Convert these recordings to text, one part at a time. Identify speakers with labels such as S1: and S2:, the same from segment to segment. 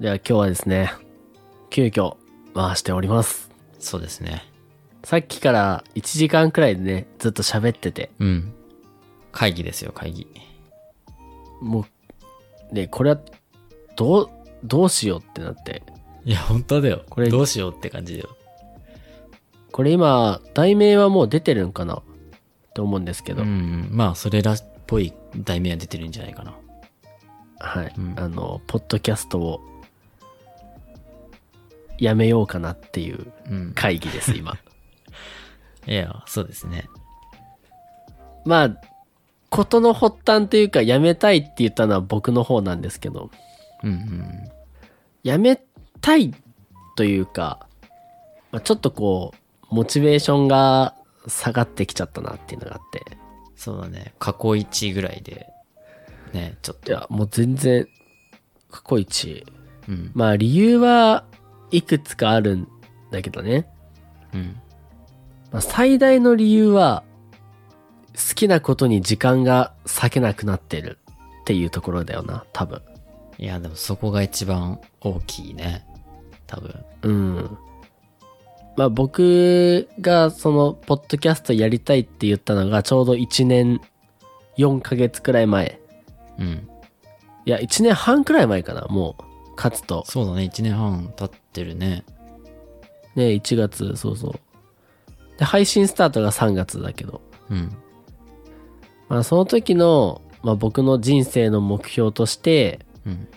S1: では今日はですね、急遽回しております。
S2: そうですね。
S1: さっきから1時間くらいでね、ずっと喋ってて、
S2: うん。会議ですよ、会議。
S1: もう、ね、これは、どう、どうしようってなって。
S2: いや、本当だよ。こ
S1: れ
S2: どうしようって感じだよ。
S1: これ今、題名はもう出てるんかなと思うんですけ
S2: う
S1: ど、
S2: ん。まあ、それらっぽい題名は出てるんじゃないかな。
S1: はい、
S2: うん
S1: あの、ポッドキャストを、やめようかなっていう
S2: うん。
S1: 会議です、 今。
S2: いや、そうですね。
S1: まあ、ことの発端というか、やめたいって言ったのは僕の方なんですけど、
S2: うんうん。
S1: やめたいというか、まあ、ちょっとこう、モチベーションが下がってきちゃったなっていうのがあって、
S2: そうだね。過去一ぐらいで、ね、ちょっ
S1: い
S2: と。
S1: や、もう全然、過去一。
S2: うん。
S1: まあ理由はいくつかあるんだけどね。
S2: うん。
S1: まあ、最大の理由は、好きなことに時間が割けなくなってるっていうところだよな、多分。
S2: いや、でもそこが一番大きいね。多分。
S1: うん。まあ僕がその、ポッドキャストやりたいって言ったのがちょうど1年4ヶ月くらい前。
S2: うん。
S1: いや、1年半くらい前かな、もう。勝つと。
S2: そうだね。一年半経ってるね。
S1: ね、1月、そうそう。で、配信スタートが3月だけど。
S2: うん。
S1: まあ、その時の、まあ、僕の人生の目標として、
S2: うん。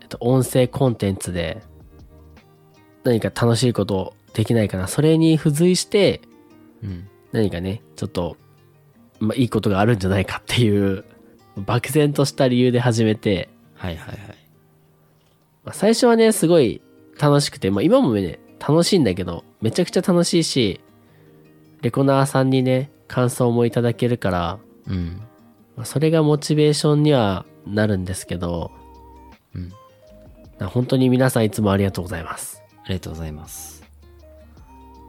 S1: えっと、音声コンテンツで何か楽しいことをできないかな。それに付随して
S2: うん。
S1: 何かね、ちょっと、まあ、いいことがあるんじゃないかっていう、漠然とした理由で始めて、
S2: はいはいはい。
S1: まあ、最初はね、すごい楽しくて、まあ、今もね、楽しいんだけど、めちゃくちゃ楽しいし、レコナーさんにね、感想もいただけるから、
S2: うん。
S1: まあそれがモチベーションにはなるんですけど、
S2: うん。
S1: な本当に皆さんいつもありがとうございます。
S2: ありがとうございます。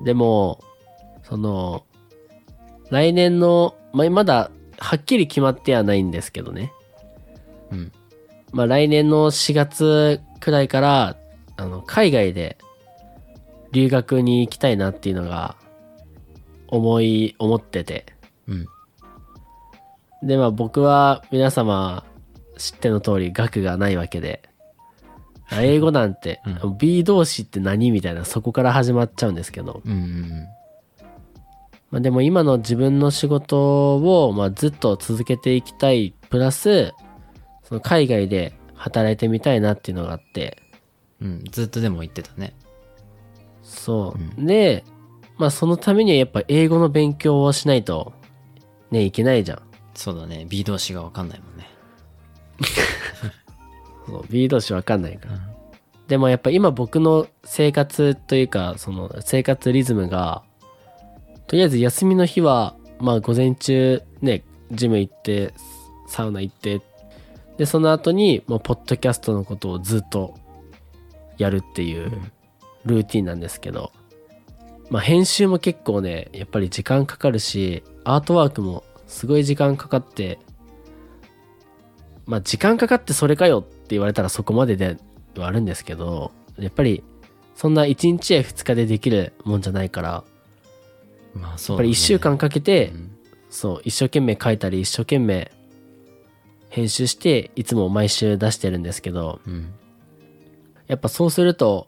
S1: でも、その、来年の、まあ、まだはっきり決まってはないんですけどね。
S2: うん。
S1: まあ、来年の4月くらいから、あの、海外で留学に行きたいなっていうのが、思い、思ってて。
S2: うん。
S1: で、まあ僕は皆様知っての通り学がないわけで、あ英語なんて、
S2: う
S1: B 動詞って何みたいなそこから始まっちゃうんですけど、
S2: うんうん
S1: まあ、でも今の自分の仕事を、まあ、ずっと続けていきたい、プラス、その海外で働いてみたいなっていうのがあって、
S2: うん。うん。ずっとでも言ってたね。
S1: そう。
S2: う
S1: で、まあそのためにはやっぱ英語の勉強をしないと、ね、いけないじゃん。
S2: そうだね。B 動詞がわかんないもんね。
S1: そう、B 同士わかんないから。でもやっぱ今僕の生活というか、その生活リズムが、とりあえず休みの日は、まあ午前中ね、ジム行って、サウナ行って、で、その後に、もうポッドキャストのことをずっとやるっていうルーティンなんですけど、まあ編集も結構ね、やっぱり時間かかるし、アートワークもすごい時間かかって、まあ時間かかってそれかよって言われたらそこまでではあるんですけど、やっぱりそんな1日や2日でできるもんじゃないから、や
S2: まあそ
S1: っ
S2: うだ
S1: ぱ
S2: ね
S1: り1週間かけて、
S2: うん
S1: そう、一生懸命書いたり一生懸命編集して、いつも毎週出してるんですけど、
S2: うん。
S1: やっぱそうすると、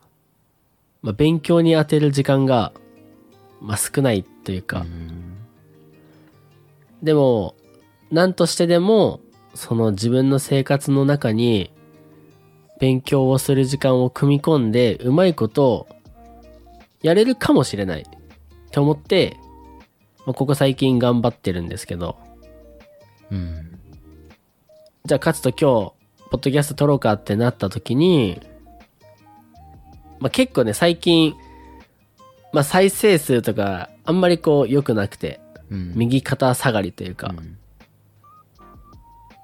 S1: まあ、勉強に当てる時間が、まあ、少ないというか、
S2: うん
S1: でも、何としてでも、その自分の生活の中に、勉強をする時間を組み込んで、うまいことを、やれるかもしれない。って思って、まあここ最近頑張ってるんですけど、
S2: うん。
S1: じゃあ、かつと今日、ポッドキャスト撮ろうかってなった時に、まあ、結構ね、最近、まあ、再生数とか、あんまりこう、良くなくて、
S2: うん。
S1: 右肩下がりというか、
S2: うん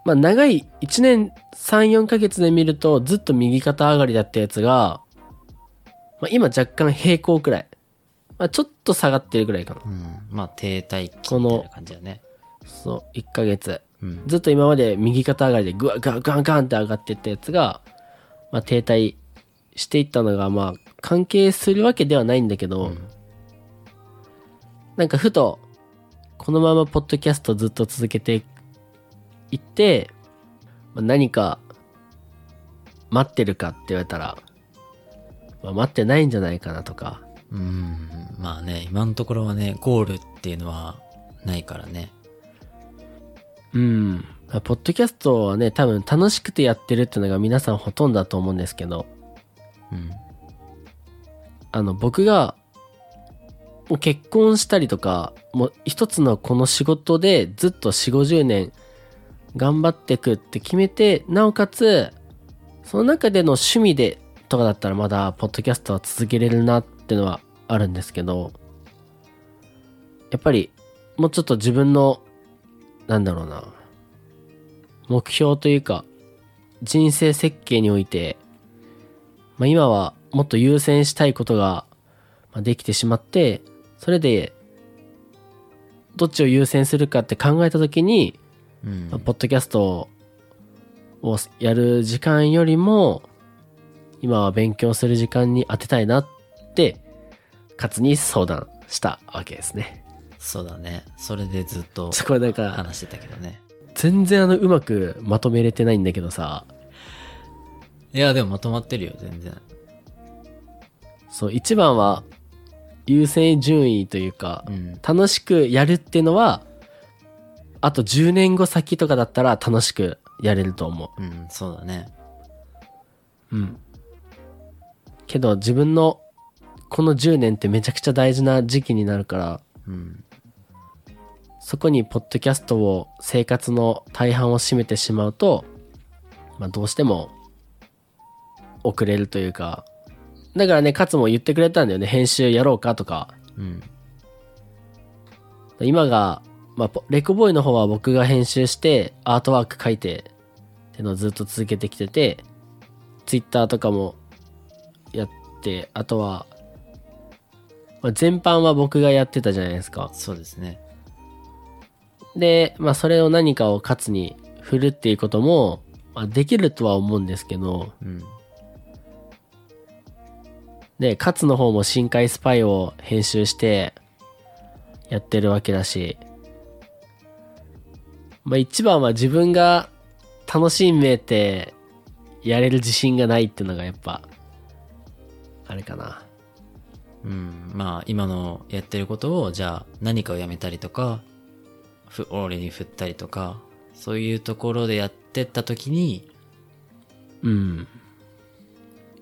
S1: まあ長い1年3、4ヶ月で見るとずっと右肩上がりだったやつが、まあ今若干平行くらい。まあちょっと下がってるくらいかな。
S2: うん。まあ停滞期みた
S1: この
S2: いな感じだね。
S1: そう、1ヶ月。
S2: うん。
S1: ずっと今まで右肩上がりでグワガンガンガンって上がってったやつが、まあ停滞していったのが、まあ、関係するわけではないんだけど、
S2: うん
S1: なんかふと、このままポッドキャストずっと続けていって、まあ何か待ってるかって言われたら、まあ待ってないんじゃないかなとか、
S2: うん。まあね、今のところはね、ゴールっていうのはないからね。
S1: うん。まあポッドキャストはね、多分楽しくてやってるっていうのが皆さんほとんどだと思うんですけど、
S2: うん。
S1: あの、僕が、もう結婚したりとか、もう一つのこの仕事でずっと4、50年頑張ってくって決めて、なおかつ、その中での趣味でとかだったらまだ、ポッドキャストは続けれるなってのはあるんですけど、やっぱり、もうちょっと自分の、なんだろうな、目標というか、人生設計において、まあ、今はもっと優先したいことがまあできてしまってそれでどっちを優先するかって考えた時に、
S2: うん
S1: まあ。ポッドキャストをやる時間よりも今は勉強する時間に当てたいなって勝に相談したわけですね。
S2: そうだね。それでずっと
S1: そこはなんか
S2: 話してたけどね。
S1: 全然あのうまくまとめれてないんだけどさ
S2: いや、でもまとまってるよ、全然。
S1: そう一番は優先順位というか
S2: うん。
S1: 楽しくやるっていうのはあと10年後先とかだったら楽しくやれると思
S2: うん、そうだね。
S1: ううんけど自分のこの10年ってめちゃくちゃ大事な時期になるから
S2: うん。
S1: そこにポッドキャストを生活の大半を占めてしまうと、まあ、どうしても遅れるというかだからね勝も言ってくれたんだよね編集やろうかとか
S2: うん。
S1: 今が、まあ、ポレコボーイの方は僕が編集してアートワーク書いてってのをずっと続けてきててツイッターとかもやってあとは、まあ、全般は僕がやってたじゃないですか
S2: そうですね。
S1: で、まあ、それを何かを勝つに振るっていうことも、まあ、できるとは思うんですけど
S2: うん。
S1: で勝の方も深海スパイを編集してやってるわけだしまあ一番は自分が楽しめてやれる自信がないっていうのがやっぱあれかな
S2: うん。まあ、今のやってることを、じゃあ、何かをやめたりとか、ふ、俺に振ったりとか、そういうところでやってった時に、
S1: うん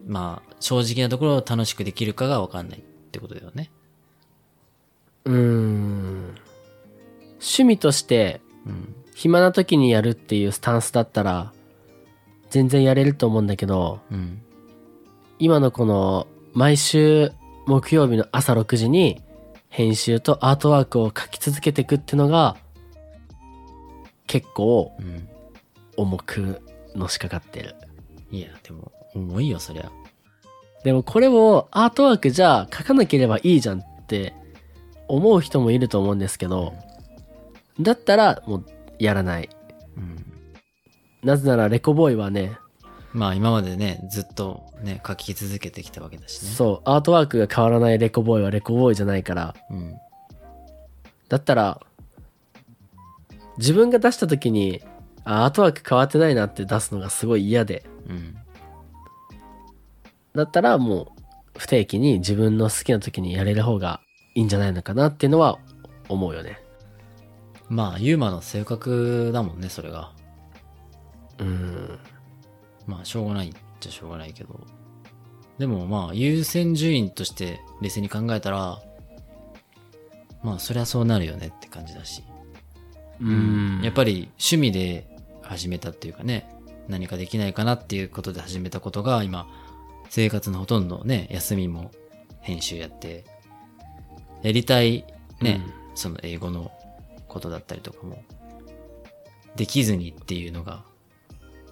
S2: まあ、正直なところを楽しくできるかがわかんないってことだよね。
S1: うーん趣味として
S2: うん。
S1: 暇な時にやるっていうスタンスだったら全然やれると思うんだけど
S2: うん。
S1: 今のこの毎週木曜日の朝6時に編集とアートワークを書き続けていくってのが結構
S2: うん。
S1: 重くのしかかってる。
S2: いや、でも、重いよ、そりゃ。
S1: でもこれをアートワークじゃ書かなければいいじゃんって思う人もいると思うんですけど、だったらもうやらない。
S2: うん。
S1: なぜならレコボーイはね、
S2: まあ、今までね、ずっとね、書き続けてきたわけだしね。
S1: そう、アートワークが変わらないレコボーイはレコボーイじゃないから、
S2: うん。
S1: だったら自分が出した時にあアートワーク変わってないなって出すのがすごい嫌で
S2: うん。
S1: だったらもう不定期に自分の好きな時にやれる方がいいんじゃないのかなっていうのは思うよね
S2: まあ、ユーマの性格だもんね、それが。
S1: うーん
S2: まあ、しょうがないっちゃしょうがないけど。でもまあ、優先順位として冷静に考えたら、まあ、そりゃそうなるよねって感じだし。
S1: う
S2: やっぱり趣味で始めたっていうかね、何かできないかなっていうことで始めたことが、今、生活のほとんどね、休みも編集やって、やりたいね、その英語のことだったりとかも、できずにっていうのが、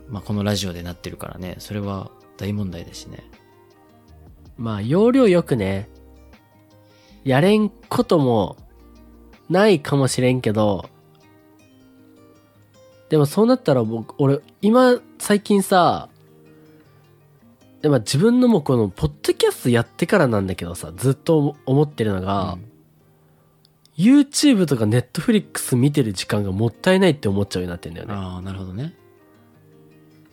S2: まあ、このラジオでなってるからね、それは大問題だしね。
S1: まあ要領よくねやれんこともないかもしれんけどでもそうなったら僕俺今最近さでまあ自分のもこのポッドキャストやってからなんだけどさずっと思ってるのが、
S2: うん
S1: YouTube とか Netflix 見てる時間がもったいないって思っちゃうようになってんだよね
S2: ああ、なるほどね。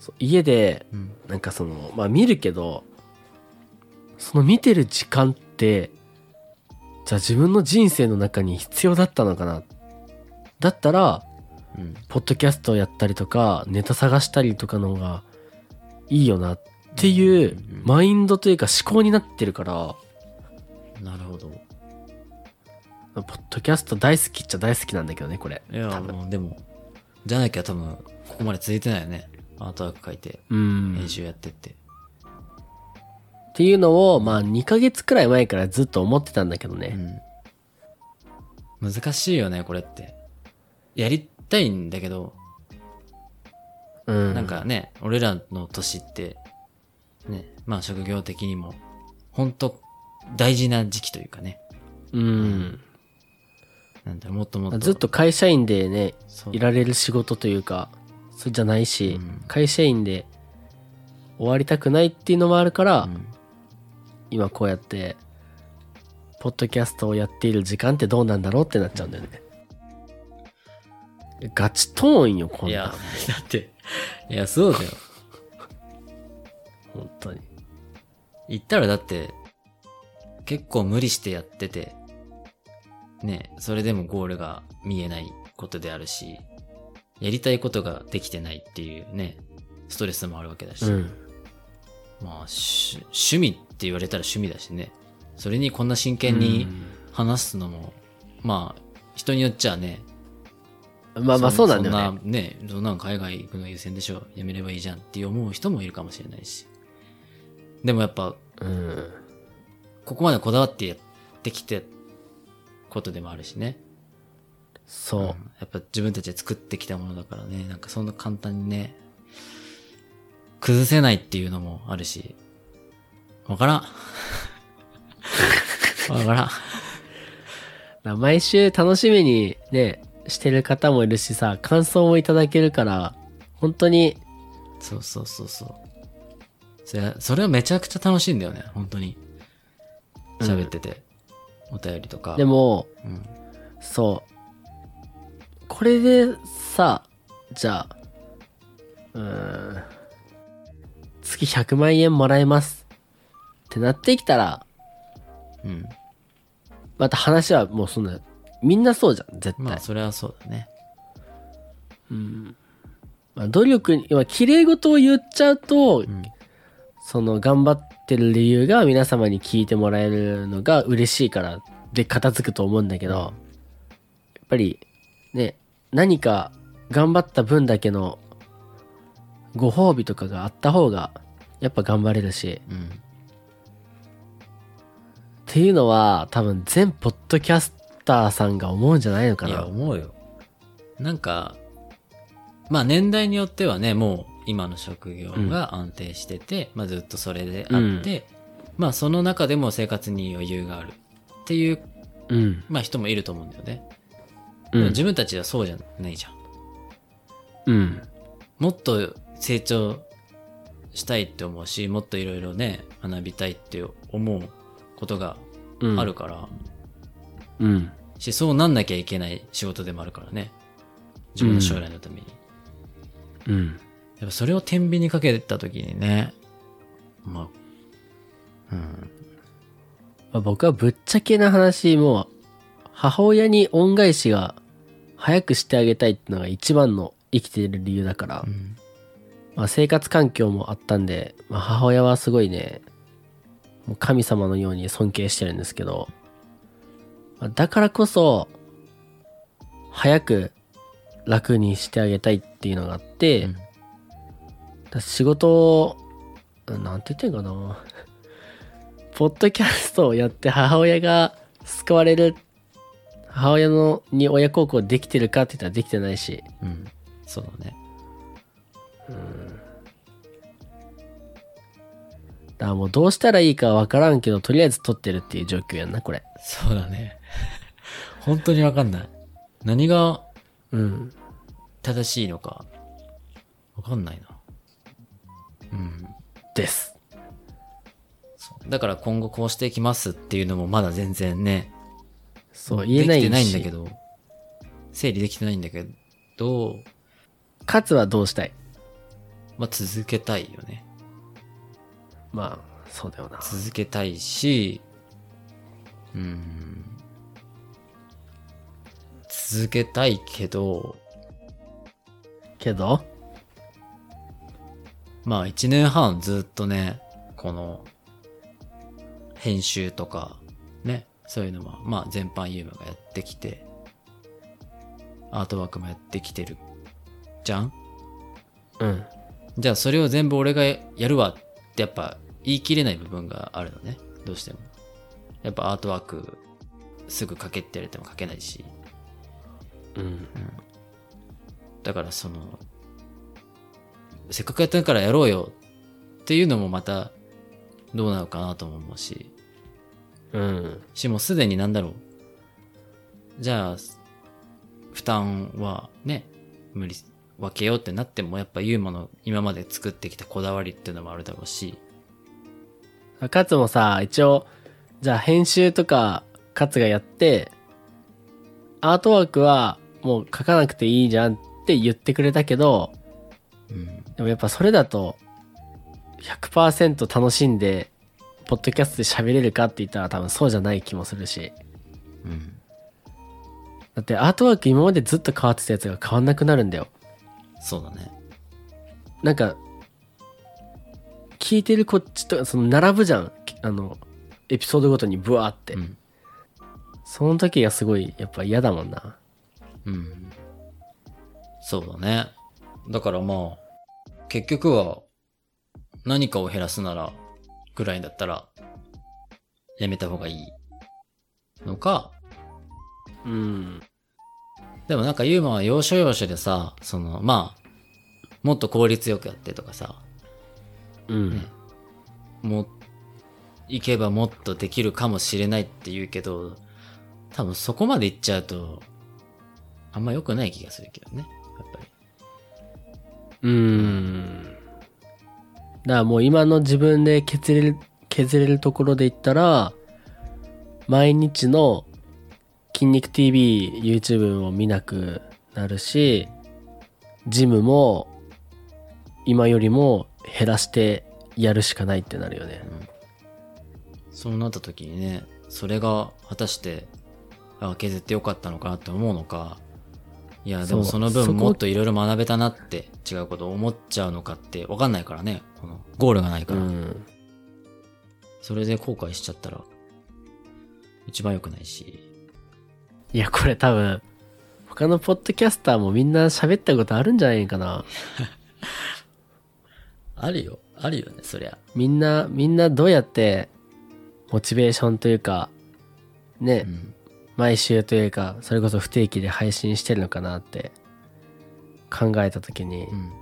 S1: そう家で
S2: うん。
S1: なんかそのまあ見るけどその見てる時間ってじゃあ自分の人生の中に必要だったのかなだったら
S2: うん。
S1: ポッドキャストやったりとかネタ探したりとかの方がいいよなっていう
S2: うんうんうん
S1: マインドというか思考になってるから
S2: なるほど。
S1: ポッドキャスト大好きっちゃ大好きなんだけどねこれ
S2: いや、
S1: 多分
S2: もうでも、じゃなきゃ多分、ここまで続いてないよね。アートワーク書いて、
S1: うん
S2: 編集やってって。
S1: っていうのをまあ2ヶ月くらい前からずっと思ってたんだけどね
S2: うん。難しいよね、これって。やりたいんだけど、
S1: うん
S2: なんかね、俺らの年って、ね、まあ職業的にも、本当大事な時期というかね、
S1: うん
S2: なんだろう、もっともっと。
S1: ずっと会社員でね
S2: そう、
S1: いられる仕事というかそれじゃないし、
S2: うん
S1: 会社員で終わりたくないっていうのもあるから、
S2: うん
S1: 今こうやってポッドキャストをやっている時間ってどうなんだろうってなっちゃうんだよね、ガチトーンよこん
S2: い
S1: な
S2: や、だ
S1: ん
S2: って、いや、そうだよ。
S1: 本当に
S2: 言ったらだって、結構無理してやってて、ね、それでもゴールが見えないことであるし、やりたいことができてないっていうね、ストレスもあるわけだし、
S1: うん
S2: まあ、し趣味って言われたら趣味だしね、それにこんな真剣に話すのも、まあ、人によっちゃね、
S1: うんまあまあそうなんだよね
S2: そんなね、そんなん海外行くの優先でしょ、やめればいいじゃんって思う人もいるかもしれないし、でもやっぱ
S1: うん
S2: ここまでこだわってやってきてことでもあるしね。
S1: そう、
S2: うんやっぱ自分たちで作ってきたものだからね、なんかそんな簡単にね、崩せないっていうのもあるし、わ からん。わからん。
S1: だから毎週楽しみにねしてる方もいるしさ感想もいただけるから本当に
S2: そうそうそうそう。それそれはめちゃくちゃ楽しいんだよね、本当に。喋ってて。お便りとか。
S1: でも
S2: うん、
S1: そう。これでさ、じゃあ、うーん、月100万円もらえますってなってきたら、
S2: うん。
S1: また話はもうそんな、みんなそうじゃん、絶対。
S2: まあ、それはそうだね。
S1: うんまあ、努力に、まあ、綺麗事を言っちゃうと、
S2: ん
S1: その頑張ってる理由が皆様に聞いてもらえるのが嬉しいからで片付くと思うんだけど、やっぱりね、何か頑張った分だけのご褒美とかがあった方がやっぱ頑張れるし、
S2: うん。
S1: っていうのは多分全ポッドキャスターさんが思うんじゃないのか
S2: いや、
S1: な。
S2: 思うよ。なんか、まあ年代によってはね、もう今の職業が安定してて、まあずっとそれであって、まあその中でも生活に余裕があるっていう、
S1: うん。
S2: まあ人もいると思うんだよね。
S1: う
S2: でも
S1: ん。
S2: 自分たちはそうじゃないじゃん。
S1: うん。
S2: もっと成長したいって思うし、もっといろいろね、学びたいって思うことが
S1: うん
S2: ある。から、
S1: うん。
S2: し、そうなんなきゃいけない仕事でもあるからね。自分の将来のために。
S1: うん。
S2: やっぱそれを天秤にかけた時にね、まあ、うん。
S1: まあ僕はぶっちゃけな話、もう、母親に恩返しが早くしてあげたいってのが一番の生きてる理由だから、
S2: うん
S1: まあ生活環境もあったんで、まあ母親はすごいね、もう神様のように尊敬してるんですけど、まあだからこそ、早く楽にしてあげたいっていうのがあって、
S2: うん
S1: だ仕事を、うんなんて言ってんかな。 ポッドキャストをやって母親が救われる、母親のに親孝行できてるかって言ったらできてないし、
S2: うん。そうだね。
S1: だからもうどうしたらいいかわからんけど、とりあえず撮ってるっていう状況やんな、これ。
S2: そうだね。 本当にわかんない。何が
S1: うん。
S2: 正しいのか、わかんないな。うん。
S1: です。
S2: そうだから今後こうしていきますっていうのもまだ全然ね、
S1: そう、言えないし
S2: できてないんだけど、整理できてないんだけど、
S1: 勝つはどうしたい
S2: まあ続けたいよね。
S1: まあ、そうだよな。
S2: 続けたいし、うーん。続けたいけど、
S1: けど、
S2: まあ一年半ずっとね、この、編集とか、ね、そういうのは、まあ全般ユームがやってきて、アートワークもやってきてる、じゃん
S1: うん。
S2: じゃあそれを全部俺がやるわってやっぱ言い切れない部分があるのね。どうしても。やっぱアートワークすぐ書けって言われても書けないし。
S1: うん。
S2: だからその、せっかくやったからやろうよっていうのもまたどうなのかなとも思うし。
S1: うん。
S2: し、もうすでになんだろう。じゃあ、負担はね、無理、分けようってなってもやっぱユーマの今まで作ってきたこだわりっていうのもあるだろうし。
S1: 勝つもさ、一応、じゃあ編集とか勝がやって、アートワークはもう書かなくていいじゃんって言ってくれたけど、
S2: うん。
S1: でもやっぱそれだと100%楽しんで、ポッドキャストで喋れるかって言ったら多分そうじゃない気もするし。
S2: うん。
S1: だってアートワーク今までずっと変わってたやつが変わんなくなるんだよ。
S2: そうだね。
S1: なんか、聞いてるこっちと、その並ぶじゃん。あの、エピソードごとにブワーって。
S2: うん。
S1: その時がすごいやっぱ嫌だもんな。
S2: うん。そうだね。だからまあ、結局は、何かを減らすなら、ぐらいだったら、やめた方がいいのか、
S1: うん。
S2: でもなんかユーマは要所要所でさ、その、まあ、もっと効率よくやってとかさ、
S1: うん。
S2: もう、行けばもっとできるかもしれないって言うけど、多分そこまで行っちゃうと、あんま良くない気がするけどね。やっぱり。
S1: うん。だからもう今の自分で削れる、削れるところで言ったら、毎日の筋肉 TV、YouTube も見なくなるし、ジムも今よりも減らしてやるしかないってなるよね。
S2: そうなった時にね、それが果たして、あ削ってよかったのかなって思うのか、いや、でも
S1: そ
S2: そうの
S1: そ
S2: 分
S1: こ
S2: もっといろいろ学べたなって違うことを思っちゃうのかってわかんないからね、このゴールがないから。
S1: ん。
S2: それで後悔しちゃったら、一番良くないし。
S1: いや、これ多分、他のポッドキャスターもみんな喋ったことあるんじゃないかな。
S2: あるよ、あるよね、そりゃ。
S1: みんな、みんなどうやって、モチベーションというか、ね、
S2: うん。
S1: 毎週というか、それこそ不定期で配信してるのかなって考えた時に、
S2: うん。
S1: だ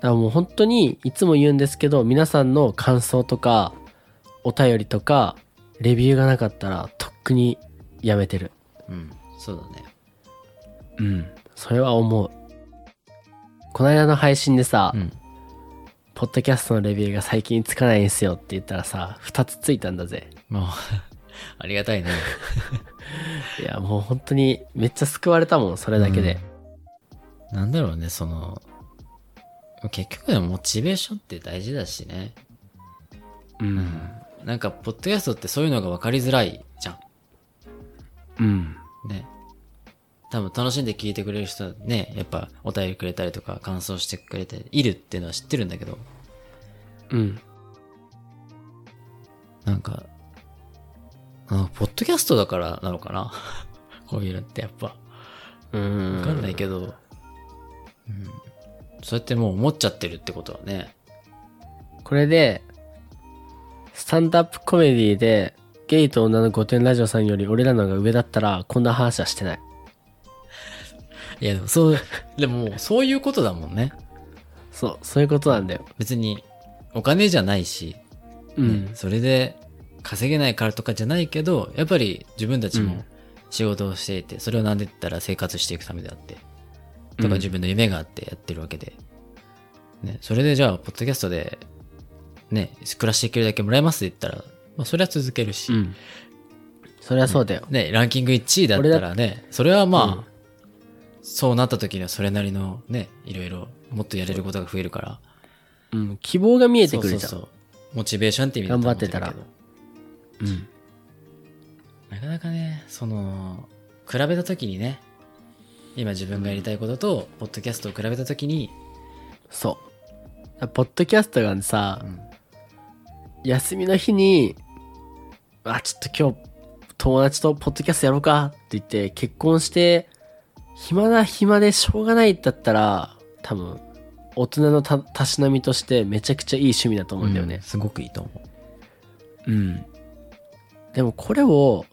S1: からもう本当にいつも言うんですけど、皆さんの感想とか、お便りとか、レビューがなかったら、とっくにやめてる。
S2: うん。そうだね。
S1: うん。それは思う。この間の配信でさ、
S2: うん。
S1: ポッドキャストのレビューが最近つかないんすよって言ったらさ、2つついたんだぜ。
S2: もう、あ りがたいね。
S1: いや、もう本当にめっちゃ救われたもん、それだけで。
S2: うん。なんだろうね、その、結局でもモチベーションって大事だしね。
S1: う。
S2: うんん。なんか、ポッドキャストってそういうのが分かりづらいじゃ
S1: うん。
S2: ん。ね。多分楽しんで聞いてくれる人はね、やっぱお便りくれたりとか感想してくれているっていうのは知ってるんだけど、
S1: うん。
S2: なんか、あポッドキャストだからなのかな こういうのってやっぱ。
S1: うん。
S2: わかんないけど、うんそうやってもう思っちゃってるってことはね。
S1: これで、スタンドアップコメディで、ゲイと女の御殿ラジオさんより俺らのが上だったら、こんな話はしてない。
S2: いやでもそう、 でももうそういうことだもんね。
S1: そう、そういうことなんだよ。
S2: 別にお金じゃないし、
S1: う
S2: ねそれで稼げないからとかじゃないけど、やっぱり自分たち
S1: うん
S2: も仕事をしていて、それをなんで言ったら生活していくためであって、
S1: う
S2: と
S1: ん
S2: か自分の夢があってやってるわけで、ね、それでじゃあ、ポッドキャストで、ね、暮らしていけるだけもらえますって言ったら、まあ、それは続けるし、
S1: うん。そりゃそうだよ。
S2: ね、ランキング1位だったらね、それはまあ、そうなった時にはそれなりのね、いろいろもっとやれることが増えるから、
S1: うん。希望が見えてくるじゃん。
S2: そうそうそうモチベーションって意味だと思うんだけど
S1: 頑張ってうん。
S2: なかなかね、その、比べた時にね、今自分がやりたいことと、ポッドキャストを比べた時に、
S1: そう。ポッドキャストがさ、
S2: うん
S1: 休みの日に、あ、ちょっと今日、友達とポッドキャストやろうかって言って、結婚して、暇だ暇でしょうがないだったら、多分、大人のたたしなみとしてめちゃくちゃいい趣味だと思うんだよね。
S2: すごくいいと思う。
S1: うん。でもこれを、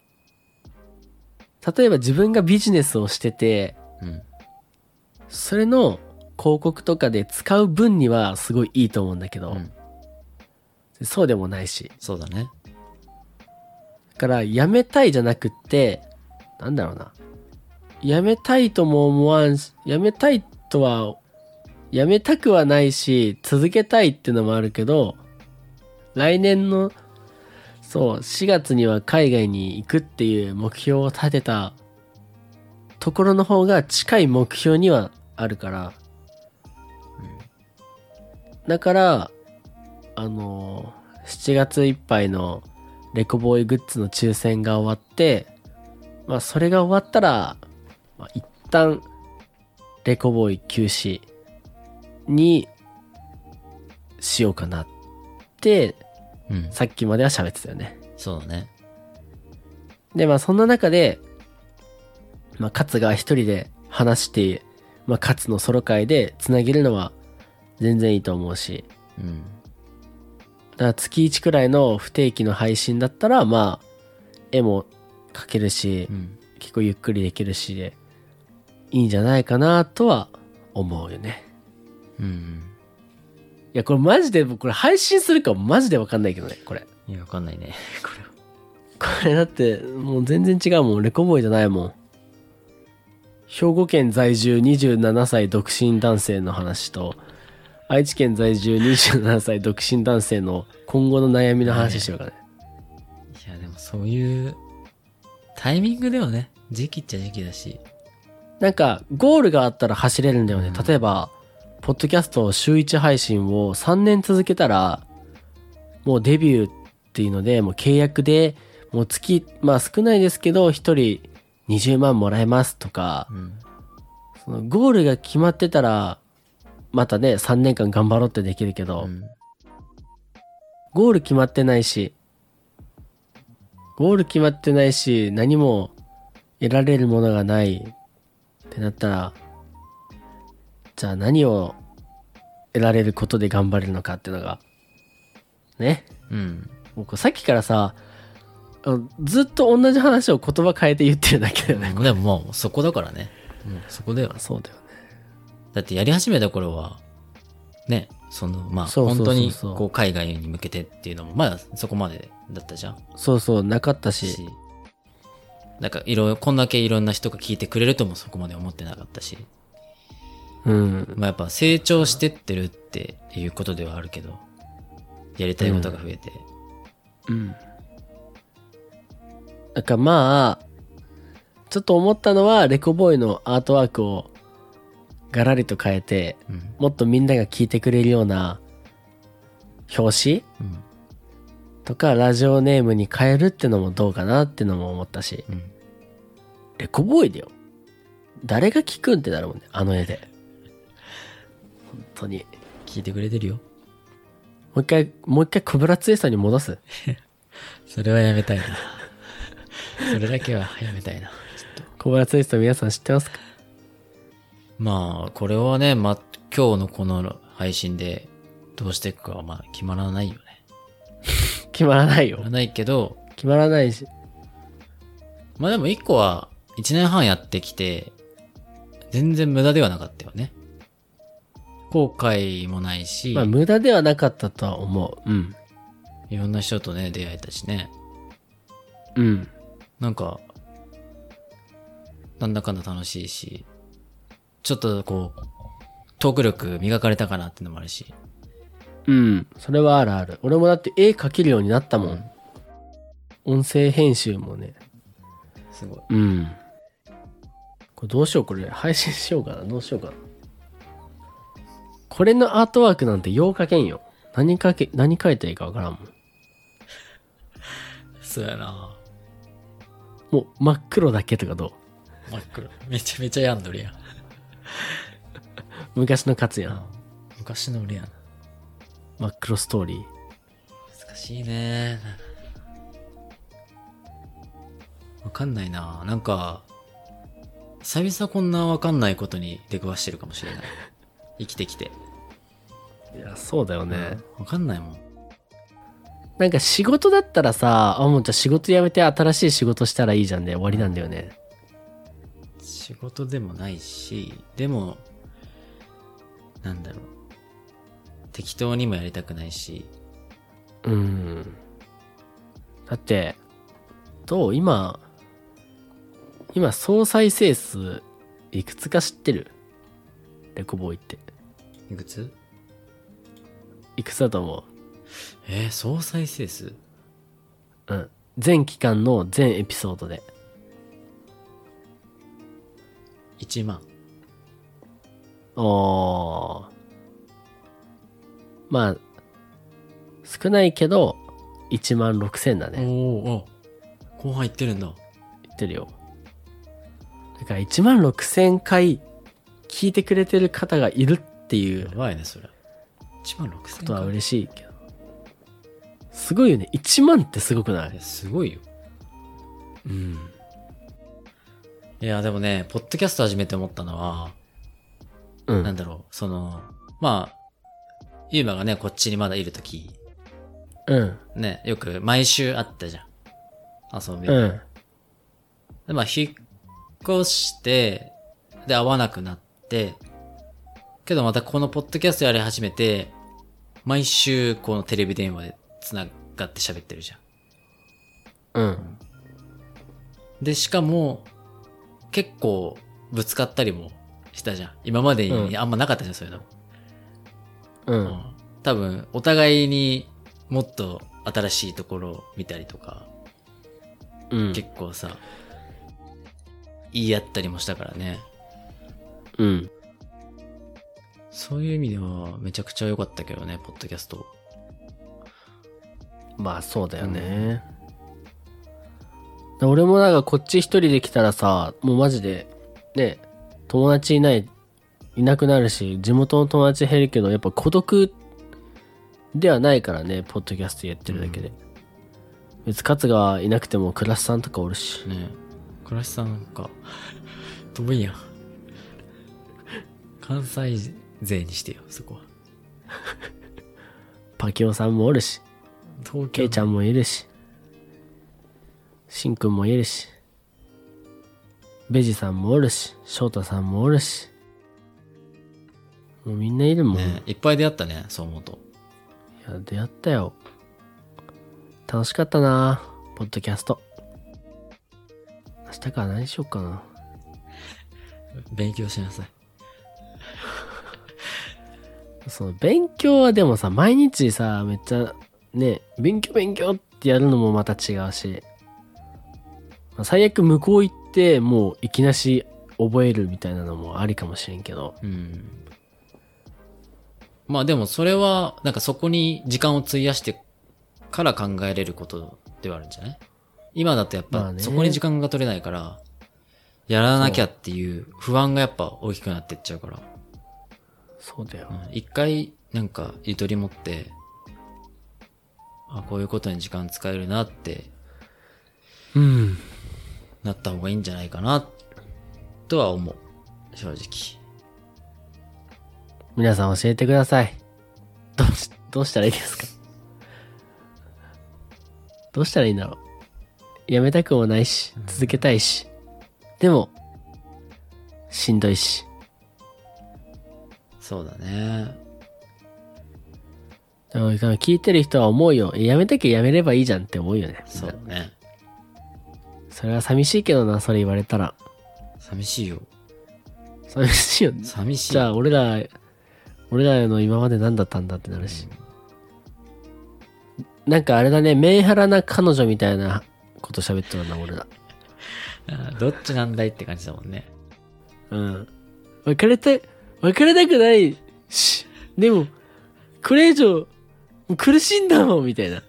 S1: 例えば自分がビジネスをしてて、
S2: うん。
S1: それの広告とかで使う分にはすごいいいと思うんだけど、
S2: うん
S1: そうでもないし。
S2: そうだね。
S1: だから、やめたいじゃなくって、なんだろうな。やめたいとも思わんし、やめたいとは、やめたくはないし、続けたいっていうのもあるけど、来年の、そう、4月には海外に行くっていう目標を立てたところの方が近い目標にはあるから。だから、あのー、7月いっぱいのレコボーイグッズの抽選が終わって、まあそれが終わったら、まあ、一旦、レコボーイ休止にしようかなって、
S2: うん。
S1: さっきまでは喋ってたよね。
S2: そうだね。
S1: で、まあそんな中で、まあ、勝が一人で話して、まあ、勝のソロ会でつなげるのは全然いいと思うし、
S2: うん。
S1: だから月1くらいの不定期の配信だったら、まあ、絵も描けるし
S2: う、ん。
S1: 結構ゆっくりできるしで、いいんじゃないかなとは思うよね。
S2: うん。
S1: いや、これマジで、これ配信するかマジでわかんないけどね、これ。
S2: いや、わかんないね。これは。
S1: これだって、もう全然違うもん。レコボーイじゃないもん。兵庫県在住27歳独身男性の話と、愛知県在住27歳独身男性の今後の悩みの話してるからね。
S2: いや、でもそういう、タイミングだよね。時期っちゃ時期だし。
S1: なんか、ゴールがあったら走れるんだよね
S2: うん。
S1: 例えば、ポッドキャスト週1配信を3年続けたら、もうデビューっていうので、もう契約で、もう月、まあ少ないですけど、1人20万もらえますとか、
S2: うん。
S1: そのゴールが決まってたら、またね、3年間頑張ろうってできるけど、
S2: うん。
S1: ゴール決まってないし、ゴール決まってないし、何も得られるものがないってなったら、じゃあ何を得られることで頑張れるのかっていうのが、ね。
S2: うん。
S1: もうこれさっきからさ、あのずっと同じ話を言葉変えて言ってるだけだよね。
S2: でももう、そこだからね。もうそこだよね。
S1: そうだよね。
S2: だってやり始めた頃は、ね、その、まあ、
S1: そうそうそ
S2: 本
S1: う
S2: 当に、
S1: そう
S2: こう、海外に向けてっていうのも、まだそこまでだったじゃん。
S1: そうそう、なかったし
S2: し、なんか、いろいろ、こんだけいろんな人が聞いてくれるともそこまで思ってなかったし、
S1: うん。
S2: まあやっぱ成長してってるっていうことではあるけど、やりたいことが増えて、
S1: うん。なんかまあ、ちょっと思ったのは、レコボーイのアートワークをガラリと変えて、
S2: うん。
S1: もっとみんなが聞いてくれるような表紙
S2: うん。
S1: とかラジオネームに変えるってのもどうかなってのも思ったし、
S2: うん。
S1: レコボーイだよ。誰が聞くんってなるもんね、あの絵で。本当に。
S2: 聞いてくれてるよ。
S1: もう一回、もう一回小倉つえさんに戻す。
S2: それはや めたいな。それだけはやめたいな。
S1: 小倉つえさん皆さん知ってますか
S2: まあ、これはね、まあ、今日のこの配信でどうしていくかはまあ決まらないよね。
S1: 決まらないよ
S2: 決ま。らないけど、
S1: 決まらないし。
S2: まあでも一個は1年半やってきて、全然無駄ではなかったよね。後悔もないし、
S1: まあ、無駄ではなかったとは思う。うん。
S2: いろんな人とね、出会えたしね。
S1: うん。
S2: なんか、なんだかんだ楽しいし、ちょっとこう、トーク力磨かれたかなってのもあるし、
S1: うん。それはあるある。俺もだって絵描けるようになったもん。音声編集もね。
S2: すごい。
S1: うん。これどうしようこれ配信しようかなどうしようかな。これのアートワークなんてよう描けんよ。何描け、何描いたらいいかわからんもん。
S2: そうやな
S1: もう真っ黒だけとかど
S2: 真っ黒。めちゃめちゃ病んどるやん。
S1: う昔の勝つやん。
S2: 昔の俺やな。
S1: 真っ黒ストーリー。
S2: 難しいねわかんないななんか、久々こんなわかんないことに出くわしてるかもしれない。生きてきて。
S1: いや、そうだよね。
S2: わかんないもん。
S1: なんか仕事だったらさ、あ、もうじゃあ仕事辞めて新しい仕事したらいいじゃんで終わりなんだよね。
S2: 仕事でもないし、でも、なんだろう。適当にもやりたくないし、
S1: うん。だって、どう今、今総再生数いくつか知ってるレコボーイって。
S2: いくつ
S1: いくつだと思
S2: えー、総再生数
S1: ううん。全期間の全エピソードで。
S2: ?1 万。
S1: おー。まあ、少ないけど、1万6000だね。
S2: おお後半いってるんだ。
S1: 言ってるよ。だから1万6000回聞いてくれてる方がいるってい
S2: や
S1: う
S2: ばいね、それ。1万6000
S1: ことは嬉しいけど。すごいよね。1万ってすごくな
S2: え
S1: い
S2: すごいよ。
S1: うん。
S2: いや、でもね、ポッドキャスト始めて思ったのは、
S1: う
S2: なん
S1: ん。
S2: だろう、その、まあ、ユーマがね、こっちにまだいるとき、
S1: うん。
S2: ね、よく毎週会ったじゃん。遊び。
S1: うん。
S2: で、まあ、引っ越して、で、会わなくなって、けどまたこのポッドキャストやり始めて、毎週このテレビ電話で繋がって喋ってるじゃん。
S1: うん。
S2: で、しかも、結構ぶつかったりもしたじゃん。今まで
S1: う
S2: に
S1: ん
S2: あんまなかったじゃん、そういうの。
S1: うん。
S2: 多分、お互いにもっと新しいところを見たりとか、
S1: うん。
S2: 結構さ、言い合ったりもしたからね。
S1: うん。
S2: そういう意味ではめちゃくちゃ良かったけどね、ポッドキャスト。
S1: まあそうだよね。俺もなんかこっち一人で来たらさ、もうマジで、ね、友達いない、いなくなるし、地元の友達減るけど、やっぱ孤独ではないからね、ポッドキャストやってるだけで。別に勝がいなくても、クラスさんとかおるし。
S2: ね倉橋さんか、遠いやん。関西勢にしてよ、そこは。
S1: パキオさんもおるし、
S2: 東
S1: ケ
S2: 京
S1: イちゃんもいるし、シンくんもいるし、ベジさんもおるし、翔太さんもおるし、もうみんないるもん。
S2: ねいっぱい出会ったね、そう思うと。
S1: いや、出会ったよ。楽しかったなポッドキャスト。明日から何しよっかな。
S2: 勉強しなさい。
S1: その、勉強はでもさ、毎日さ、めっちゃ、ね、勉強勉強ってやるのもまた違うし、まあ最悪向こう行って、もういきなし覚えるみたいなのもありかもしれんけど、
S2: うん。まあでもそれは、なんかそこに時間を費やしてから考えれることではあるんじゃない今だとやっ
S1: まあ
S2: ぱ
S1: ね
S2: そこに時間が取れないから、やらなきゃっていう不安がやっぱ大きくなってっちゃうから、
S1: そうだよ
S2: う。ん一回なんかゆとり持って、あ、こういうことに時間使えるなって
S1: うん。
S2: なった方がいいんじゃないかな、とは思う。正直。
S1: 皆さん教えてください。どうし、どうしたらいいですかどうしたらいいんだろう。やめたくもないし、続けたいし。でも、しんどいし。
S2: そうだね。
S1: でも聞いてる人は思うよ。えやめたきゃやめればいいじゃんって思うよね。
S2: そうだね。
S1: それは寂しいけどな、それ言われたら。
S2: 寂しいよ。
S1: 寂しいよね。
S2: 寂しい。
S1: じゃあ、俺ら、俺らの今まで何だったんだってなるし。なんかあれだね、メンヘラな彼女みたいなこと喋ってるな、俺ら。
S2: あーどっちなんだいって感じだもんね。
S1: うん。別れたい、別れたくないし、でも、これ以上、もう苦しいんだもん、みたいな。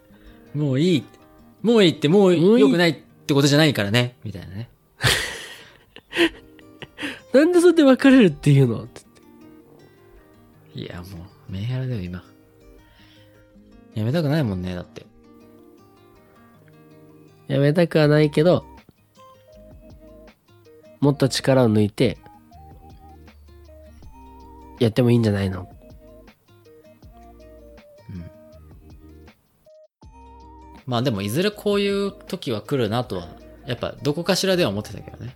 S2: もういい。もういいって、
S1: も
S2: もう
S1: ういい
S2: 良くないってことじゃないからね。みたいなね。
S1: なんでそれで別れるっていうのって
S2: いや、もう、メンヘラだよ、今。やめたくないもんね、だって。
S1: やめたくはないけど、もっと力を抜いて、やってもいいんじゃないの
S2: うん。まあでも、いずれこういう時は来るなとは、やっぱ、どこかしらでは思ってたけどね。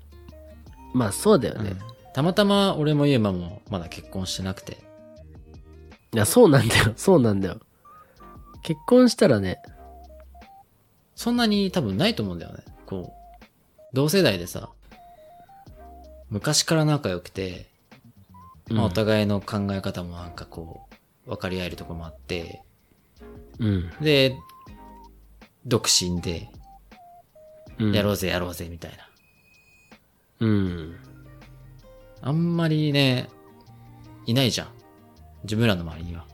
S1: まあそうだよ
S2: う
S1: ね
S2: ん。たまたま、俺もユーマも、まだ結婚してなくて。
S1: いや、そうなんだよ。 そうなんだよ。結婚したらね、
S2: そんなに多分ないと思うんだよね。こう、同世代でさ、昔から仲良くて、まあお互いの考え方もなんかこう、分かり合えるとこもあって、
S1: うん。
S2: で、独身で、
S1: うん。
S2: やろうぜやろうぜみたいな。
S1: うん。
S2: あんまりね、いないじゃん。自分らの周りには。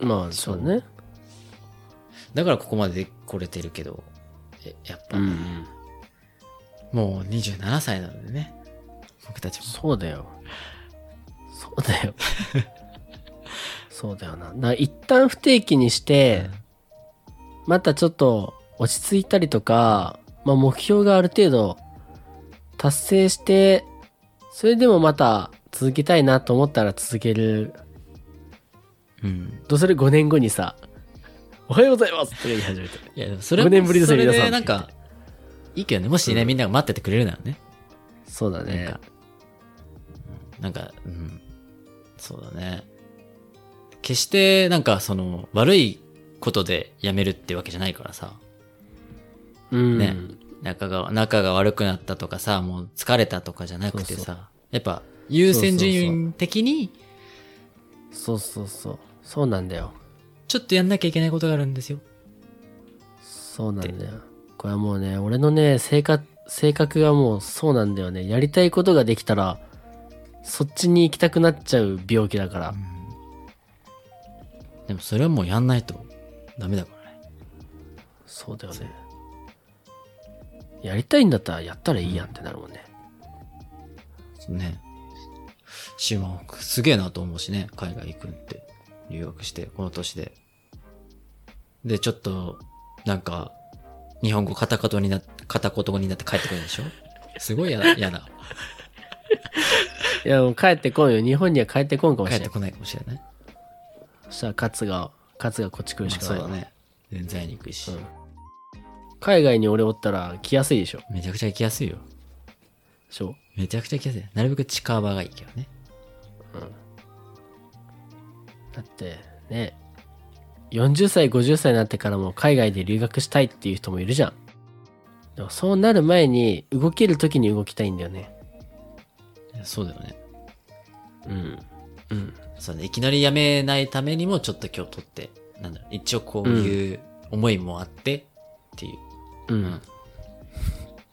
S1: まあそうね。
S2: だからここまで来れてるけど、えやっぱ、
S1: うん。
S2: もう27歳なのでね。僕たちも。
S1: そうだよ。そうだよ。 そうだよな。だから一旦不定期にして、またちょっと落ち着いたりとか、まあ目標がある程度達成して、それでもまた続けたいなと思ったら続ける。
S2: うん。
S1: どうする ?5 年後にさ、おはようございますとか言い始めて。
S2: いや、でもそれ
S1: 五年ぶりですよ
S2: それ
S1: 皆
S2: で
S1: さん
S2: なんか、いいけどね。もしね、
S1: うん
S2: みんなが待っててくれるならね。
S1: そうだ
S2: なん
S1: ね
S2: か。、うんなんか、うん。そうだね。決して、なんか、その、悪いことで辞めるってわけじゃないからさ。
S1: うん。
S2: ね仲が、仲が悪くなったとかさ、もう疲れたとかじゃなくてさ。
S1: そうそ
S2: やっぱ、優先
S1: そうそう
S2: 順位的に、
S1: そうそうそう。そうなんだよ。
S2: ちょっとやんなきゃいけないことがあるんですよ。
S1: そうなんだよ。これはもうね、俺のね、性格、性格がもうそうなんだよね。やりたいことができたら、そっちに行きたくなっちゃう病気だから。
S2: でも、それはもうやんないとダメだからね。
S1: そうだよね。やりたいんだったらやったらいいやんってなるもんね。
S2: ね。シマン、すげえなと思うしね、海外行くって。留学して、この年で。で、ちょっと、なんか、日本語片言にな、片言語になって帰ってくるんでしょ すごい嫌だ、嫌だ。
S1: いや、もう帰ってこんよ。日本には帰ってこんかもし
S2: 帰
S1: れ
S2: っ
S1: な
S2: て
S1: い。
S2: こないかもしれない。
S1: そしたら勝が、勝がこっち来る
S2: まあ
S1: しか
S2: そ
S1: な
S2: う
S1: い。
S2: だね。全然会いに行くし。
S1: うん海外に俺おったら来やすいでしょ。
S2: めちゃくちゃ行きやすいよ。
S1: そう。
S2: めちゃくちゃ行きやすい。なるべく近場がいいけどね。
S1: だって、ね、40歳、50歳になってからも海外で留学したいっていう人もいるじゃん。でもそうなる前に動ける時に動きたいんだよね。
S2: いやそうだよね。
S1: うん。うん。
S2: そうね、いきなり辞めないためにもちょっと今日取って、なんだろう、一応こういう思いもあって、っていう
S1: うん。
S2: ん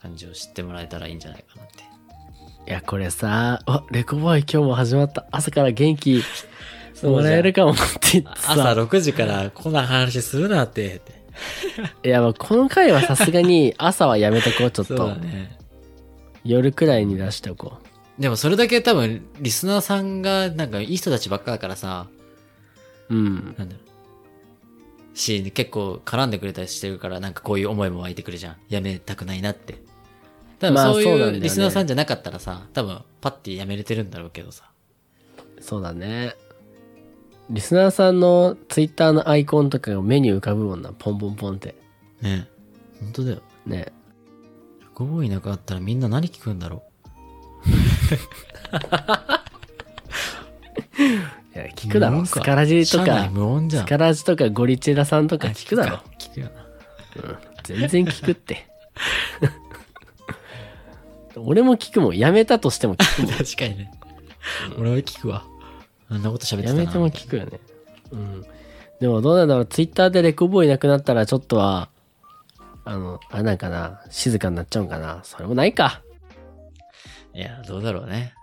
S2: 感じを知ってもらえたらいいんじゃないかなって。
S1: いや、これさ、あ、レコボーイ今日も始まった。朝から元気
S2: そうじゃん
S1: もらえるかもって言って
S2: 朝
S1: さ。
S2: 6時からこんな話するなって。
S1: いや、まあこの回はさすがに 朝はやめとこう、ちょっ
S2: そう
S1: と
S2: だ。ね。
S1: 夜くらいに出しておこ
S2: でもそれだけ多分、リスナーさんがなんかいい人たちばっかだからさ、
S1: う。うん。
S2: なんだろう。し、結構絡んでくれたりしてるから、なんかこういう思いも湧いてくるじゃん。辞めたくないなって。多分
S1: まあ
S2: そう
S1: そうなんだよ
S2: い
S1: ね
S2: うリスナーさんじゃなかったらさ、多分パッて辞めれてるんだろうけどさ。
S1: そうだね。リスナーさんのツイッターのアイコンとかが目に浮かぶもんな。ポンポンポンって。
S2: ね本当だよ。
S1: ね。
S2: ゴボーイなくなったらみんな何聞くんだろ
S1: いや、
S2: う
S1: 聞くだ
S2: 無
S1: ろ。
S2: 音
S1: スカラジと
S2: 社内
S1: か、
S2: 無音じゃ
S1: ス
S2: ん。
S1: カラジとかゴリチェラさんとか
S2: あ
S1: 聞くだろ。
S2: か。聞くよな。
S1: うん全然聞くって。 俺も聞くもん。やめたとしても聞くもん。
S2: 確かにね。俺は聞くわ。あんなこと喋って
S1: や
S2: たな。
S1: めても聞くよね。うん。でもどうなんだろう、ツイッターでレコボーいなくなったらちょっとは、あの、あれなんかな、静かになっちゃうんかな。それもないか。
S2: いや、どうだろうね。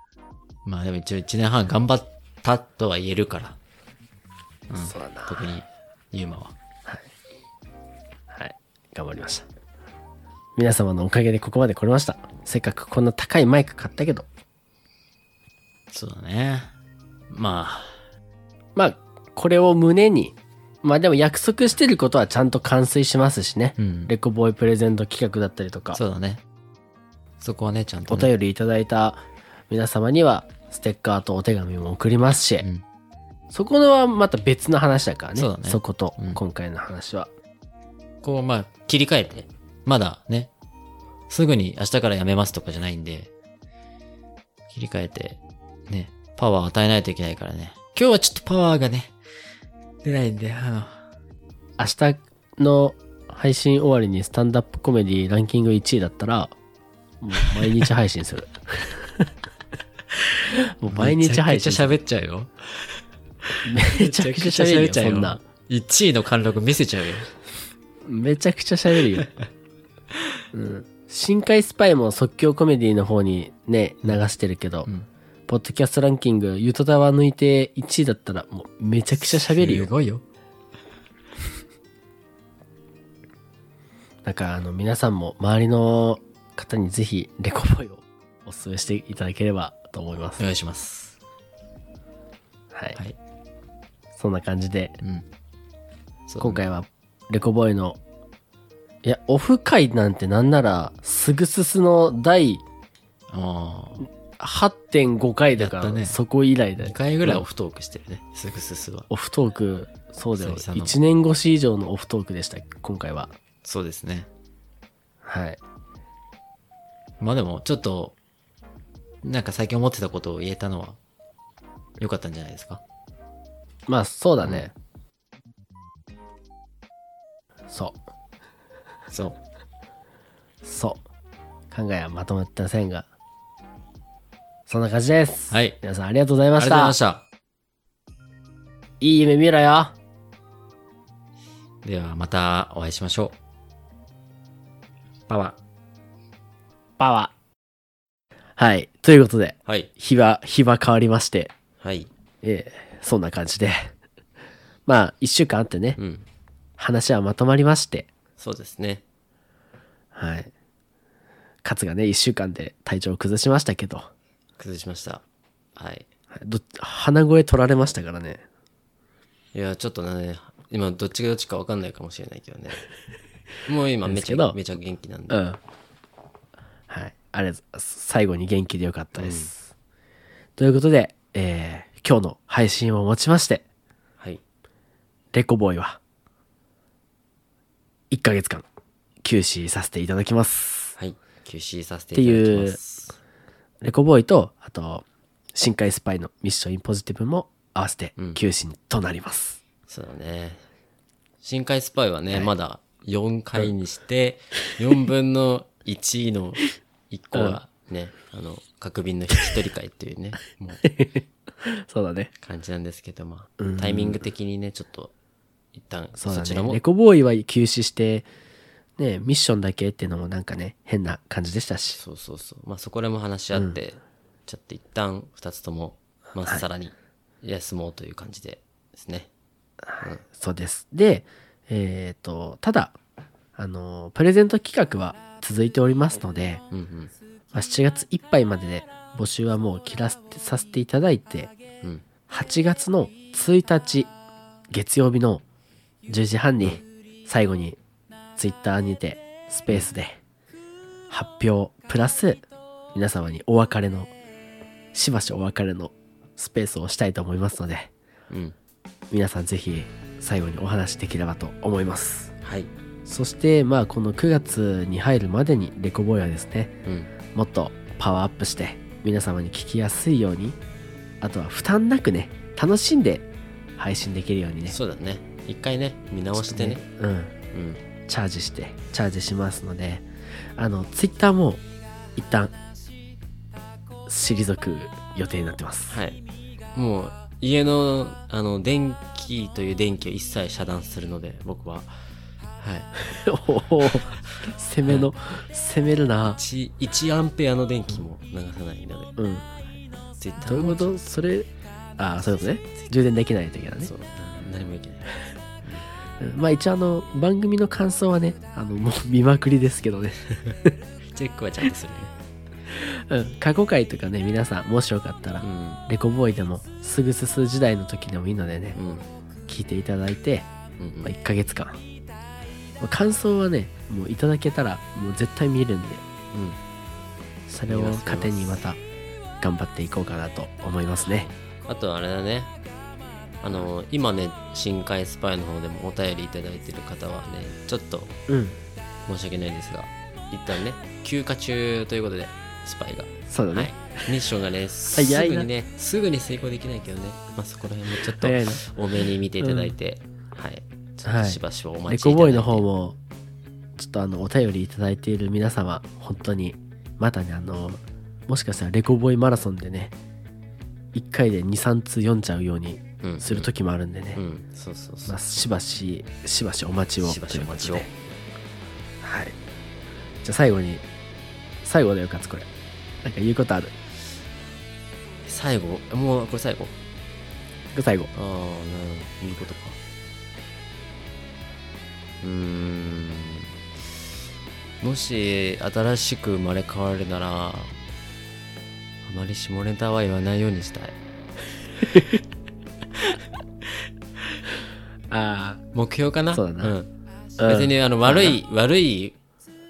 S2: まあでも一応1年半頑張ったとは言えるから。うん、
S1: そうだな
S2: 特に、ユーマは。
S1: はい。頑張りました。皆様のおかげでここまで来れました。せっかくこんな高いマイク買ったけど。
S2: そうだね。ま
S1: まあ、これを胸に、まあでも約束してることはちゃんと完遂しますしね。
S2: あ、うん。
S1: レコボーイプレゼント企画だったりとか、
S2: そうだね。そこはね、ちゃんと、
S1: お
S2: ね。
S1: 便りいただいた皆様には、ステッカーとお手紙も送りますし、
S2: うん
S1: そこのはまた別の話だからね。
S2: そうだね
S1: こと
S2: うん、
S1: 今回の話は。
S2: こう、まあ、切り替えて。まだね、すぐに明日からやめますとかじゃないんで、切り替えて、ね、パワー与えないといけないからね。今日はちょっとパワーがね、出ないんで、あの、
S1: 明日の配信終わりにスタンダップコメディランキング1位だったら、もう毎日配信す る。もう毎日配信
S2: めちゃくちゃ喋っちゃうよ。
S1: めちゃくちゃ喋るよ、そんな。
S2: 1位の貫禄見せちゃうよ。
S1: めちゃくちゃ喋 るよ。うん。深海スパイも即興コメディの方にね、流してるけど、
S2: うん
S1: ポッドキャストランキング、ユトタワ抜いて1位だったら、もうめちゃくちゃ喋るよ
S2: す。ごいよ。
S1: だから、あの、皆さんも周りの方にぜひ、レコボイをお勧めしていただければと思います。
S2: お願いします。
S1: はい。
S2: はい
S1: そんな感じで、
S2: うん。そう
S1: 今。回は、レコボーイの、いや、オフ会なんてなんなら、すぐすすの第
S2: あ
S1: 8.5回だか
S2: や
S1: ら、
S2: ったね
S1: そこ以来
S2: あ。
S1: だ
S2: 2
S1: よ。
S2: 回ぐらいオフトークしてるね。すぐすすは。
S1: オフトーク、そうだよ。
S2: 久々の
S1: 1年越し以上のオフトークでした、今回は。
S2: そうですね。
S1: はい。
S2: まあでも、ちょっと、なんか最近思ってたことを言えたのは、良かったんじゃないですか。
S1: まあ、そうだね。そう。
S2: そう。
S1: そう。考えはまとまってませんが。そんな感じです。
S2: はい。
S1: 皆さんありがとうござい
S2: あ
S1: ま
S2: りがとう
S1: し
S2: ござい
S1: た。
S2: ました。
S1: いい夢見ろよ。
S2: では、またお会いしましょう。パワ
S1: パワー。はい。ということで、
S2: ー。はい。
S1: 日は、日は変わりまして、
S2: はい。
S1: ええそんな感じで。 まあ、一週間あってね、
S2: うん。
S1: 話はまとまりまして、
S2: そうですね。
S1: はい。勝がね、一週間で体調を崩しましたけど、は
S2: 崩しました。はい。
S1: いど鼻声取られましたからね。
S2: いや、ちょっとね、今どっちがどっちか分かんないかもしれないけど ね。もう今め
S1: です
S2: ち
S1: け
S2: ゃ
S1: ど
S2: めちゃ元気なんで
S1: う。ん。はい。あれ、最後に元気でよかったです。ということで、えー今日の配信をもちまして、
S2: はい。
S1: レコボーイは、1ヶ月間、休止させていただきます。
S2: はい。休止させていただきます。
S1: レコボーイと、あと、深海スパイのミッションインポジティブも合わせて
S2: うん
S1: 休止となります。
S2: そうだね。深海スパイはね、まだ4回にして、4分の1の1個がね、あの、角瓶の一人会ってい うね、もう
S1: そうだね。
S2: 感じなんですけど、まあ、タイミング的にね、ちょっと、一旦
S1: そう
S2: そ
S1: だ
S2: ちら
S1: ね。
S2: も
S1: レコボーイは休止して、ね、ミッションだけっていうのもなんかね、変な感じでしたし。
S2: そうそうそう。まあそこらも話し合って、ちょっと一旦二つとも、まあさらに休もうという感じでですね。
S1: そうです。で、えっ、と、ただ、あの、プレゼント企画は続いておりますので、
S2: うんうん。
S1: まあ、7月いっぱいまでで募集はもう切らせてさせていただいて、
S2: うん。
S1: 8月の1日、月曜日の10時半に、最後に、ツイッターにて、スペースで、発表、プラス、皆様にお別れの、しばしお別れのスペースをしたいと思いますので、
S2: うん。
S1: 皆さんぜひ最後にお話しできればと思います
S2: はい。
S1: そしてまあこの9月に入るまでにレコボーイはですね
S2: うん。
S1: もっとパワーアップして皆様に聞きやすいようにあとは負担なくね楽しんで配信できるようにね
S2: そうだね。一回ね、見直してね。
S1: うん
S2: うん。
S1: チャージしてチャージしますのであのツイッターも一旦退く予定になってます
S2: はい。もう、家の、あの、電気という電気を一切遮断するので、僕は。はい。
S1: おお攻めの攻めるな
S2: 1, 1アンペアの電気も流さないので、
S1: うん
S2: 絶対
S1: どういうことそれああそういうことね充電できないといけないね
S2: そう、な何もいけない。
S1: うんまあ一応あの番組の感想はねあのもう見まくりですけどね、
S2: チェックはちゃんとするね。
S1: うん、過去回とかね皆さんもしよかったら、
S2: うん。
S1: レコボーイでもすぐすす時代の時でもいいのでね
S2: うん。
S1: 聞いていただいて、
S2: うん
S1: まあ、1ヶ月間、まあ感想はねもういただけたらもう絶対見るんで
S2: うん。
S1: それを糧にまた頑張っていこうかなと思いますね
S2: あとあれだね。あの、今ね、深海スパイの方でもお便りいただいてる方はね、ちょっと
S1: うん
S2: 申し訳ないですが、一旦ね、休暇中ということで、スパイが。
S1: そうだね、
S2: はい。ミッションがね、す
S1: 早いな
S2: ぐにね、すぐに成功できないけどね、まあそこら辺もちょっと
S1: 早いな
S2: 多めに見ていただいて、はい。ちょっとしばしばお
S1: レ
S2: 待ちいただ
S1: コボーイ
S2: いて。
S1: の方もちょっとあのお便りいただいている皆様本当にまたねあのもしかしたらレコボーイマラソンでね1回で23通読んじゃうように
S2: うん、
S1: する時もあるんでね、
S2: うん、うん、そうそうそう
S1: まあ、。しばししばしお待ちを
S2: しばしお待ちを
S1: ということではいじゃあ最後に最後だよかつこれなんか言うことある
S2: 最後もうこれ最後
S1: 最後
S2: ああなるほどいうことかうーんもし新しく生まれ変わるならあまり下ネタは言わないようにしたい
S1: あ
S2: 目標かな、
S1: そうだなんあ
S2: 別にあの悪い、悪い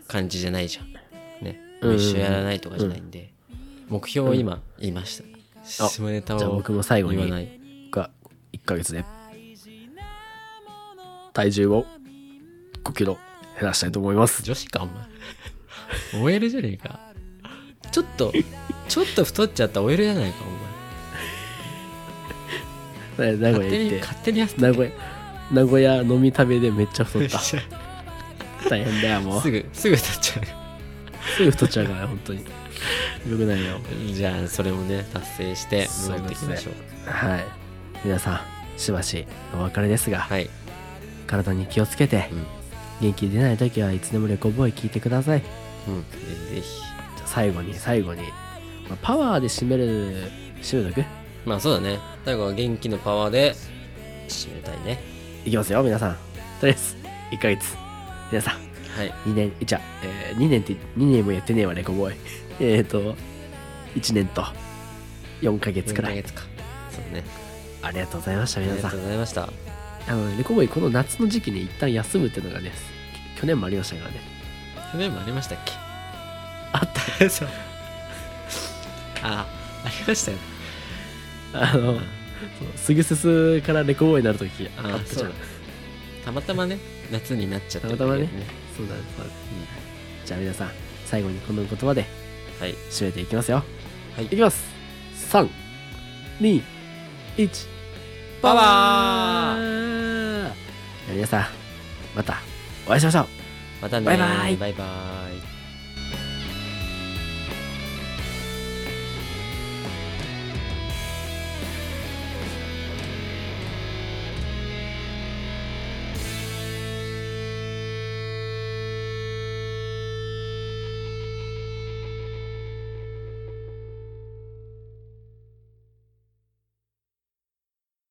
S2: 感じじゃないじゃんね
S1: うん
S2: 一緒やらないとかじゃないんで、目標を今言いました、
S1: あ
S2: 下ネタ
S1: じゃあ
S2: を
S1: 僕も最後に
S2: 言わない
S1: が1ヶ月で体重を5キロ減らしたいと思います
S2: 女子か お前 OL じゃねえかちょっとちょっと太っちゃった OL じゃないか
S1: 名古屋行って
S2: お前勝手に勝手に痩せて
S1: 名古屋名古屋飲み食べでめっちゃ太った
S2: す
S1: 大変だよもうす
S2: ぐすぐ太っちゃ
S1: ぐ太っちゃうから本当によくないよ
S2: うじゃあそれもね達成して
S1: そう
S2: 戻
S1: で
S2: っていき
S1: すね
S2: ましょう
S1: はい皆さんしばしお別れですが、
S2: はい
S1: 体に気をつけて、
S2: うん
S1: 元気出ない時はいつでもレコボーイ聞いてください
S2: うんぜひ
S1: じゃあ最後に最後に、まあパワーで締める締めとく
S2: まあそうだね最後は元気のパワーで締めたいね
S1: いきますよ皆さんとりあえず1ヶ月皆さん
S2: はい
S1: 2年じゃ、えー、2年って2年もやってねえわレコボーイえっ と1年と4ヶ月くらい
S2: 4ヶ月かそうね
S1: ありがとうございました
S2: あり
S1: 皆さ
S2: がとうんございました
S1: あのレコボーイこの夏の時期に一旦休むっていうのがね去年もありましたからね
S2: 去年もありましたっけ
S1: あった
S2: そう あありましたよね
S1: あのそうすぐすすからレコボーイになる時あ
S2: あ
S1: ったじ
S2: そ
S1: ゃ
S2: うんだたまたまね夏になっちゃったた
S1: またまねそうだねそうだねじゃあ皆さん最後にこの言葉で
S2: はい
S1: 締めていきますよ
S2: はい
S1: いきます321
S2: パワー
S1: ー皆さんまたお会いしましょう
S2: またね
S1: バイバイ
S2: バイバイ